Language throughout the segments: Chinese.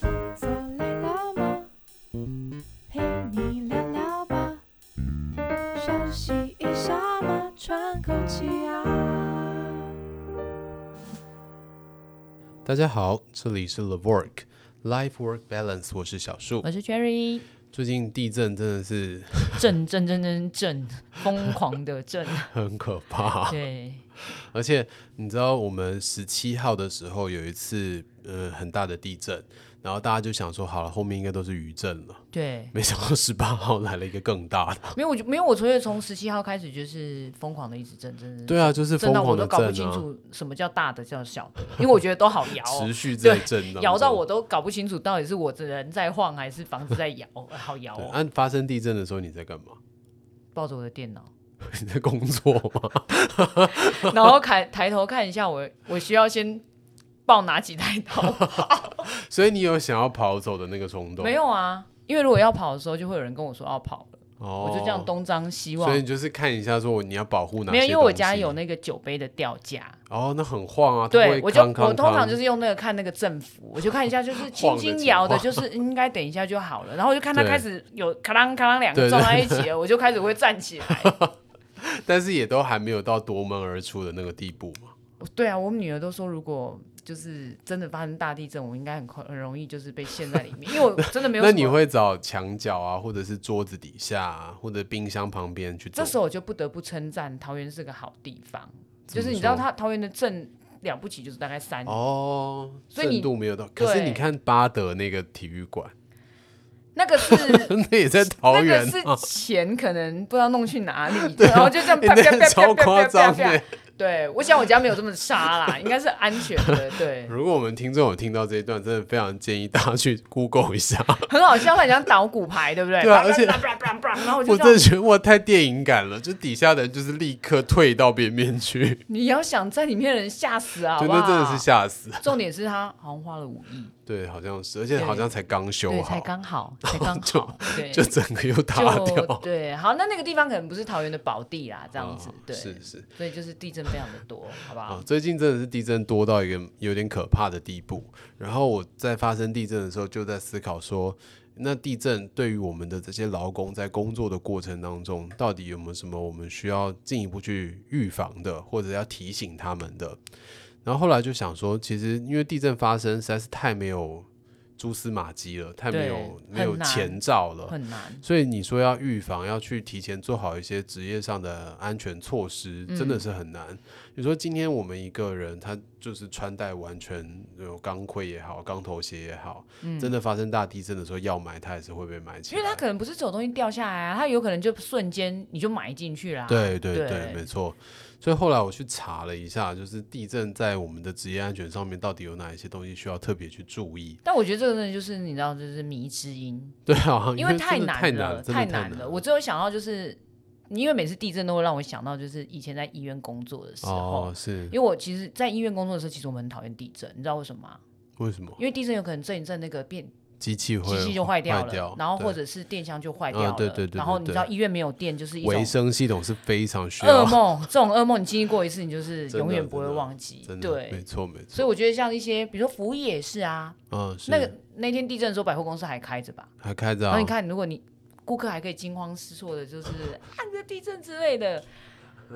坐累了吗？陪你聊聊吧，休息一下嘛，喘口气啊。大家好，这里是 The Work Life Work Balance，我是小树我。是 Jerry，最近地震真的是震震震震震，疯狂 的震，很可怕，对，而且你知道我们十七号的时候有一次呃很大的地震，然后大家就想说好了，后面应该都是余震了，对，没想到十八号来了一个更大的。没有，我就没有，我所以从十七号开始就是疯狂的一直震，真的，对啊，就是疯震到我狂都的搞不震清啊，楚什么叫大的叫小的，因为我觉得都好摇、持哦。续在对震当中，摇到我都搞不清楚到底是我的人在晃还是房子在 摇，好摇对。啊哦！按、发生地震的时候你在干嘛？ 抱着我的电脑，你在工作吗？ 然后抬抬头看一下我，我需要先抱哪几 台刀？所以你有想要跑走的那个冲动？没，有啊，因为如果要跑的时候，就会有人跟我说要跑了，哦我就这样东张西望所以，你就是看一下，说你要保护哪没些有，因为我东家西有那个酒杯的吊架，哦，那很晃啊，它对会我就康康我通常康就是用那个看那个振幅，我就看一下，就是晃轻的轻情摇的，况 就是应该等一下就好了。然后我就看它对开始有咔啷咔啷两对对个撞在一起了，我就开始会站 起来。但是也都还没有到夺门而出的那个地步嘛。对啊，我们女儿都说，如果就是真的发生大地震，我应该很快很容易就是被陷在里面， 因为我真的没有那什么。你会找墙角啊，或者是桌子底下、啊，或者冰箱旁边去这做？时候我就不得不称赞桃园是个好地方，怎么就是你知道说它桃园的震了不起，就是大概三哦，所以你震度没有到。可是对你看巴德那个体育馆， 那个是那也在桃园那啊 个，是钱可能不知道弄去哪里，然后就这样啪啪啪那啪超啪夸啪啪张欸啪的。。对，我想我家没有这么沙啦，应该是安全的。 对，如果我们听众有听到这一段，真的非常建议大家去 Google 一下。很好笑，很像倒骨牌，对不对？对啊啪而且啪啪啪啪啪然后我就我这真的样。觉得哇，太电影感了，就底下的人就是立刻退到边边去，你要想在里面的人吓死啊！好真不的好真的是。吓死。重点是他好像花了五亿，对，好像是，而且好对像才刚修对，好才，刚好，才 刚就好，对，啊就整个又塌就掉。对，好，那那个地方可能不是桃园的宝地啦，这样子哦，对，是是所以就是地震非常的多，好不啊好？，最近真的是地震多到一个有点可怕的地步。然后我在发生地震的时候，就在思考说，那地震对于我们的这些劳工在工作的过程当中，到底有没有什么我们需要进一步去预防的，或者要提醒他们的？然后后来就想说，其实因为地震发生实在是太没有蛛丝马迹了，太没对有没很有难前兆了，很难，所以你说要预防，要去提前做好一些职业上的安全措施，真嗯的是很难。你说今天我们一个人，他就是穿戴完全有钢盔也好，钢头鞋也好，真的发生大地震的时候要买，他也是会被埋起嗯因来。为它可能不是这种东西掉下来啊，它有可能就瞬间你就埋进去啦。对对对，对没错。所以后来我去查了一下，就是地震在我们的职业安全上面到底有哪一些东西需要特别去注意？但我觉得这个真的就是你知道，就是迷之音，对啊，因为为太真的难太了，真的太难了。我只有想到就是，因为每次地震都会让我想到，就是以前在医院工作的时候，哦，是因为我其实，在医院工作的时候，其实我们很讨厌地震，你知道为什么吗？为什么因为地震有可能震一震那个变机器会机器就坏掉了，然后对或者是电箱就坏掉啊了，对对对然后对你知对道医院没有电就是一种维生系统是非常需要噩梦，这种噩梦你经历过一次，你就是永远不会忘记真。的，没对，错没所错。以我觉得像一些，比如说服务业也是啊，嗯，是那个那天地震的时候，百货公司还开着吧？还开着然啊后你，看，如果你顾客还可以惊慌失措的，就是啊，这地震之类的，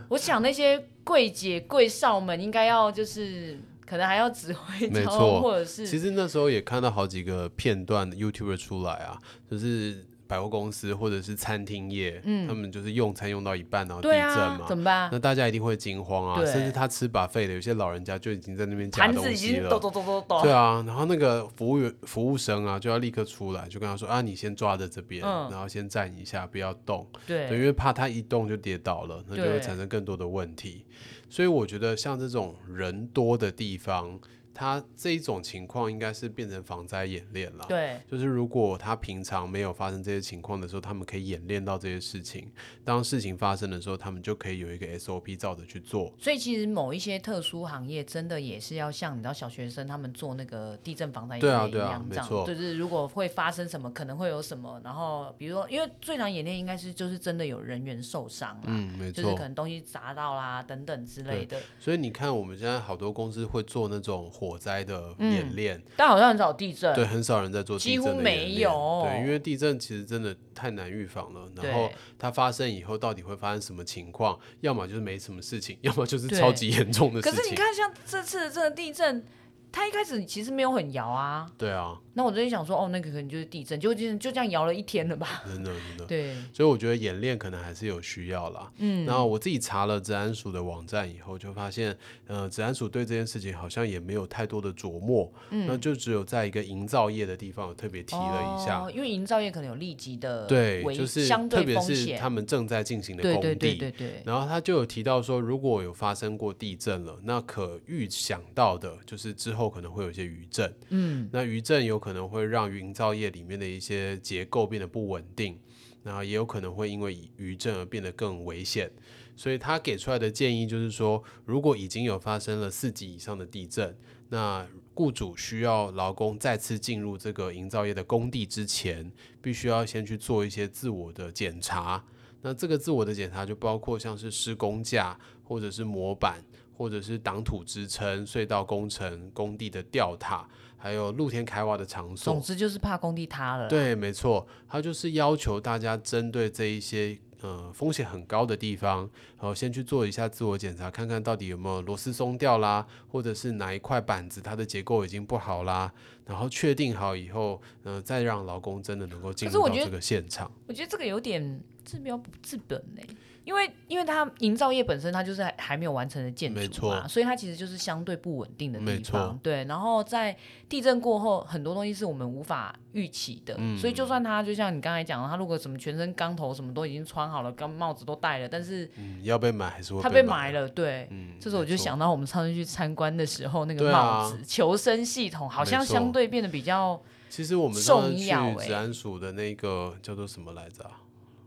我想那些柜姐、柜少们应该要就是可能还要指挥没交错通，或者其是实那时候也看到好几个片段，YouTuber 出来啊，就是百货公司或者是餐厅业，他们就是用餐用到一半然后地嗯对震啊，嘛，怎么办？那大家一定会惊慌啊，对甚至他吃把费的，有些老人家就已经在那边夹盘东子已西经抖了。抖抖抖抖，对啊，然后那个服务员、服务生啊，就要立刻出来，就跟他说啊，你先抓着这边，嗯然后先站一下，不要动。对，因对为怕他一动就跌倒了，那就会对产生更多的问题。所以我觉得像这种人多的地方，它这一种情况应该是变成防灾演练了。对就是如果他平常没有发生这些情况的时候，他们可以演练到这些事情。当事情发生的时候，他们就可以有一个 SOP 照着去做。所以其实某一些特殊行业，真的也是要像你知道小学生他们做那个地震防灾演对啊练一对啊样，没这样、错就是如果会发生什么，可能会有什么，然后比如说，因为最常演练应该是就是真的有人员受伤啦，嗯，没就是错可。能东西砸到啦等等之类的，所以你看，我们现在好多公司会做那种火火灾的嗯演练，但好像很少地震，对，很少人在做地几乎震的没演练有对，因为地震其实真的太难预防了。对然后它发生以后到底会发生什么情况？要么就是没什么事情， 要么就是对超级严重的事可情。是你看，像这次的这个地震，它一开始其实没有很摇啊。对啊，那我最近想说，哦，那个可能就是地震，就就就这样摇了一天了吧？真的真的。对，所以我觉得演练可能还是有需要啦。嗯，然后我自己查了治安署的网站以后，就发现，呃，治安署对这件事情好像也没有太多的琢磨，嗯那就只有在一个营造业的地方有特 别提了一下。哦，因为营造业可能有立即的对，危就是相特别风是险，他们正在进行的对工地，对对对对，然后他就有提到说，如果有发生过地震了，那可预想到的就是之后可能会有一些余震，嗯，那余震有可能会让营造业里面的一些结构变得不稳定，然后也有可能会因为余震而变得更危险。所以他给出来的建议就是说，如果已经有发生了四级以上的地震，那雇主需要劳工再次进入这个营造业的工地之前，必须要先去做一些自我的检查。那这个自我的检查就包括像是施工架，或者是模板，或者是挡土支撑、隧道工程、工地的吊塔，还有露天开挖的场所总。之就是怕工地塌了啦。对，没错，它就是要求大家针对这一些呃风险很高的地方，然后先去做一下自我检查，看看到底有没有螺丝松掉啦，或者是哪一块板子它的结构已经不好啦，然后确定好以后，呃，再让劳工真的能够进可是入我到觉得这个现场。我觉得这个有点治标不治本呢、因为因为它营造业本身它就是还还没有完成的建没筑嘛，错所以它其实就是相对不稳定的没地错方。对，然后在地震过后，很多东西是我们无法预期的，嗯所以就算他就像你刚才讲的，他如果什么全身钢头什么都已经穿好了，钢帽子都戴了，但是嗯，要被买还是会他被被埋。了，对。嗯，这时候我没就错想到我们上次去参观的时候，那个对啊帽子、求生系统好像没错相对变得比较其实我们上次送去药欸治安署的那个叫做什么来着啊、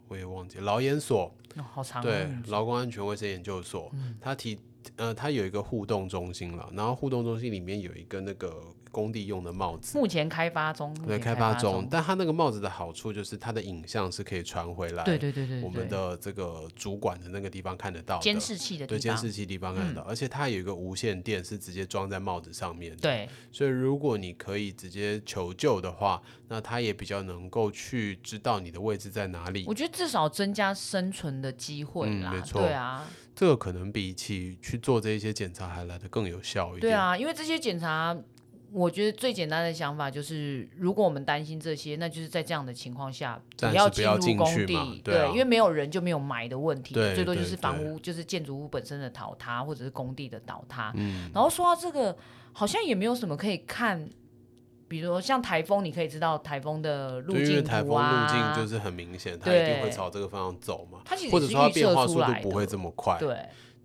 我也忘记了，劳研所，哦好长对嗯，劳工安全卫生研究所，它提呃，它有一个互动中心了，然后互动中心里面有一个那个工地用的帽子。目前开发中，目对，前开发发中，但它那个帽子的好处就是它的影像是可以传回来，对对对对，我们对的这个主管的那个地方看得到的，监视器的地对方，嗯监视器地方看得到，而且它有一个无线电是直接装在帽子上面的，对所以如果你可以直接求救的话，那它也比较能够去知道你的位置在哪里我。觉得至少增加生存的机会嗯啦，没错对啊，这个可能比起去做这一些检查还来得更有效一点。对，啊，因为这些检查，我觉得最简单的想法就是，如果我们担心这些，那就是在这样的情况下，暂时要不进要入进工去地嘛，对,、对啊因为没有人就没有埋的问题，对最多就对是房对屋就是建筑物本身的倒塌，或者是工地的倒塌。嗯然后说到这个，好像也没有什么可以看。比如说像台风，你可以知道台风的路对，因为径台图风路径啊，就是很明显，它一定会对朝这个方向走嘛，它其实或者是说它预变测化出速度来不的会这么快。对，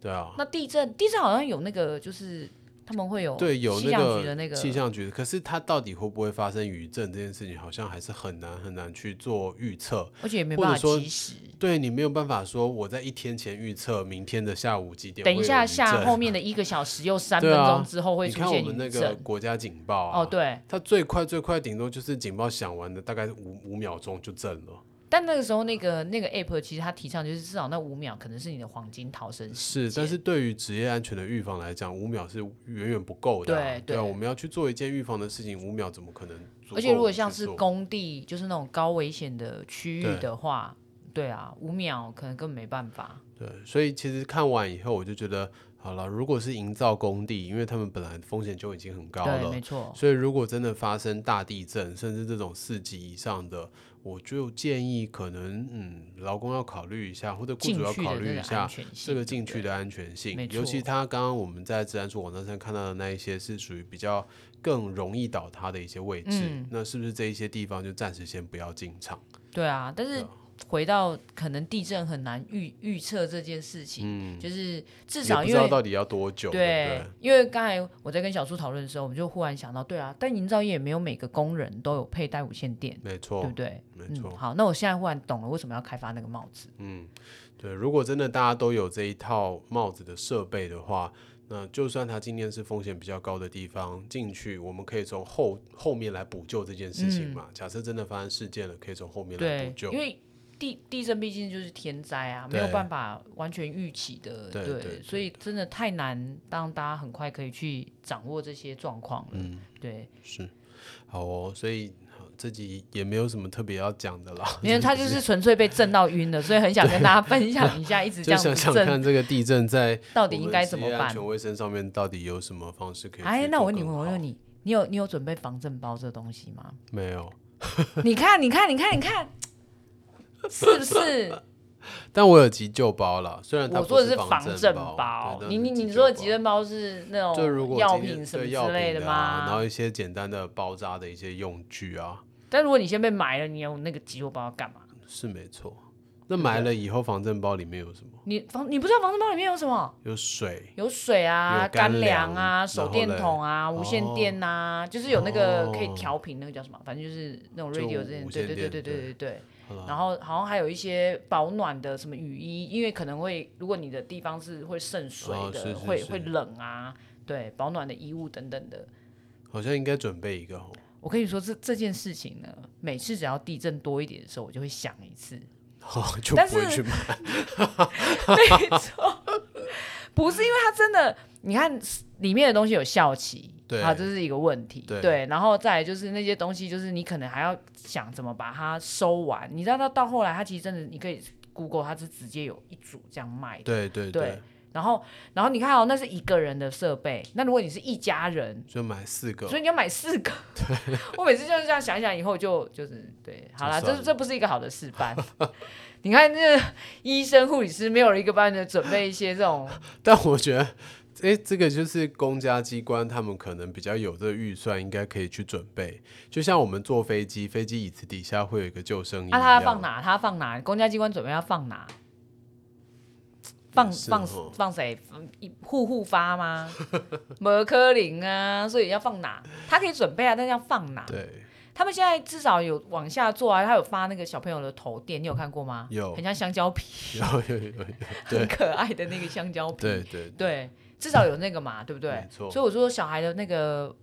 对啊，那地震，地震好像有那个，就是他们会有对，有气那象局个的那个气象局，可是它到底会不会发生余震这件事情，好像还是很难很难去做预测。而且也没或者办法说及时。对你没有办法说，我在一天前预测明天的下午几点会等有一余震。啊下下后面的一个小时又三分对啊钟之后会你出看我现们那余个震。国家警报啊，哦，对，它最快最快顶多就是警报响完的大概五五秒钟就震了。但那个时候那个那个 app 其实它提倡就是至少那五秒可能是你的黄金逃生时。是，但是对于职业安全的预防来讲，五秒是远远不够的啊、对啊，对我们要去做一件预防的事情，五秒怎么可能足够我而们去做？且如果像是工地，就是那种高危险的区域对的话，对啊，五秒可能根本没办法。对，所以其实看完以后，我就觉得好了。如果是营造工地，因为他们本来风险就已经很高对，没了，错。所以如果真的发生大地震，甚至这种四级以上的，我就建议可能嗯，劳工要考虑一下，或者雇进主要去考的这虑个一下安。全性，这个进对去的安全性没，尤其错它刚刚我们在自然署网站上看到的那一些是属于比较更容易倒塌的一些位置，嗯那是不是这一些地方就暂时先不要进场？对啊，但是对啊回到可能地震很难预预测这件事情，嗯，就是至也少不知因道为到底要多久，对不因为刚才我在跟小苏讨论的时候，我们就忽然想到，对啊，但营造业也没有每个工人都有佩戴无线电，对？没对不错，对？没嗯，错，好，那我现在忽然懂了为什么要开发那个帽子。嗯，对。如果真的大家都有这一套帽子的设备的话，那就算它今天是风险比较高的地方进去，我们可以从后后面来补救这件事情嘛。假设真的发生事件了，可以从后面来嗯对补救，。因为地地震毕竟就是天灾啊，没对有办法完全预期的，对对对所以真的太难让大家很快可以去掌握这些状况了。嗯，对，是，好哦，所以这集也没有什么特别要讲的啦，因为他就是纯粹被震到晕了，所以很想跟大家分享一下，一直这 就样想子想震看这个地震在 到到底应该怎么办安全。卫生上面到底有什么方式可以？哎，那我问你，我问你，你，你有你有准备防震包这东西吗？没有，你看，你看，你看，你看，是不是？但我有急救包啦，虽然它我不说的是防震包对，但你是你急你救说的包急。诊包是那就如种果药今天品什么对之药类品的的啊吗？然后一些简单的包扎的一些用具啊，但如果你先被埋了，你有那个急救包要干嘛？是没错。那埋了以后，防震包里面有什么？你防你不知道防震包里面有什么？有水，有水啊、有干干粮啊、然手后电嘞筒啊、无线哦电啊，就是有那个可以哦调频，那个叫什么？反正就是那种就 radio 无这些，无线对对对电对对对对对。好啦然后好像还有一些保暖的什么雨衣，因为可能会如果你的地方是会渗水哦的，是是会是会冷啊，对，保暖的衣物等等的。好像应该准备一个哦。 我跟你说，这这件事情呢，每次只要地震多一点的时候，我就会想一次。好，就但不会是去买。不是因为它真的，你看里面的东西有效期，对好，这是一个问题，对然后再来就是那些东西，就是你可能还要想怎么把它收完。你知道，到到后来，它其实真的，你可以 Google，它是直接有一组这样卖的。对对对对，然后，然后你看哦，那是一个人的设备，那如果你是一家人，就买四个所。以你要买 四个。我每次就是这样想一想，以后就就是对，好啦，就算这了这不是一个好的示范。你看，这医生、护理师没有一个帮你准备一些这种，但我觉得，哎，这个就是公家机关他们可能比较有这个预算，应该可以去准备。就像我们坐飞机，飞机椅子底下会有一个救生衣一啊，样。他要放哪？他要放哪？公家机关准备要放哪？放也是哦放吼放谁？嗯一户户发 吗？摩科林啊，所以要放哪？他可以准备啊，但是要放哪？对， 他们现在至少有往下做啊，他有发那个小朋友的头垫，你有看过吗？有很像香蕉皮，有有有有，很对可爱的那个香蕉皮。对对对，至少有那个嘛，对不对没？错所以我说小孩的那个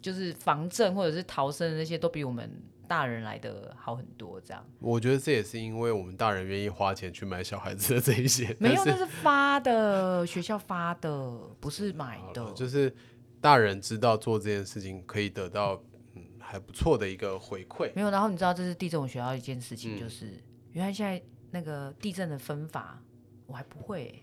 就是防震或者是逃生的那些，都比我们大人来的好很多。这样我觉得这也是因为我们大人愿意花钱去买小孩子的这一些， 没有，但那是是发的，学校发的，不是买的。就是大人知道做这件事情可以得到嗯还不错的一个回馈。没有，然后你知道这是地震我学到一件事情，嗯就是、原来现在那个地震的分法我还不会欸、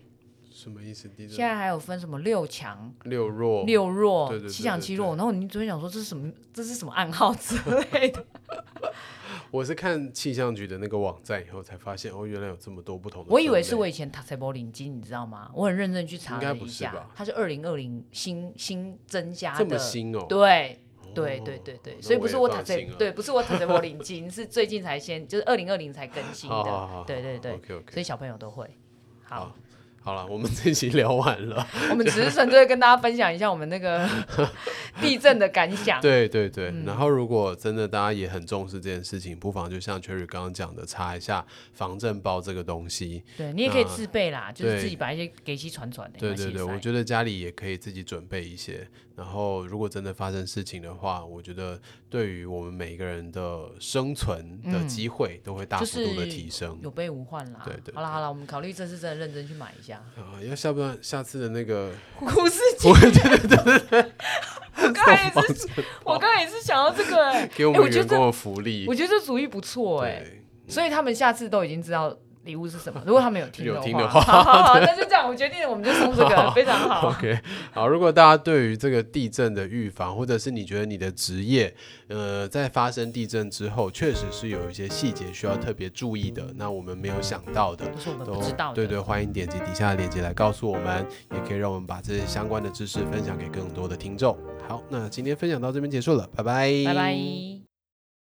什么意思？地现震在还有分什么六强。六弱六弱对对、对七强、对七对弱，然后你昨天想说这是什么，这是什么暗号之 类的，我是看气象局的那个网站以后才发现，哦，原来有这么多不同的分类。我以为是我以前塔塞波领巾，你知道吗？我很认真去查应该了不一是下吧，它是二零二零新新增加这么的，新哦。对。哦对对对那对，所以不是我也塔放塞心了，啊对，不是我塔塞波领巾，是最近 才先，就是二零二零才更新好好的好，，对对对， OK 所 OK，以小朋友都会。好好，好了，我们这期聊完 了。我们只是纯粹跟大家分享一下我们那 个地震的感想。对对对，嗯然后如果真的大家也很重视这件事情，不妨就像 Cherry 刚刚讲的，查一下防震包这个东西。对你也可以那自备啦，就是啊对自己把一些给息传传的。对对对，我觉得家里也可以自己准备一些。然后，如果真的发生事情的话，我觉得对于我们每一个人的生存的嗯机会都会大就幅度的是提升。有备无患啦。对对好啦好啦，我们考虑这次真的认真去买 一下。啊，要下不然下次的那个，故事情。对对 对对对。我刚才也是，我刚才也是想要这个、欸，给我欸们我觉员得工的福利，哎我觉得这主意不错哎、对，所以他们下次都已经知道礼物是什么。如果他们有听 有的听的话，话 好好好，那就这样，我决定了我们就送 这个，非常好。 OK，好，如果大家对于这个地震的预防，或者是你觉得你的职业，呃，在发生地震之后，确实是有一些细节需要特别注意的，那我们没有想到的。都是我们都不知道的，对对，欢迎点击底下的链接来告诉我们，也可以让我们把这些相关的知识分享给更多的听众。好，那今天分享到这边结束了，拜拜，拜拜。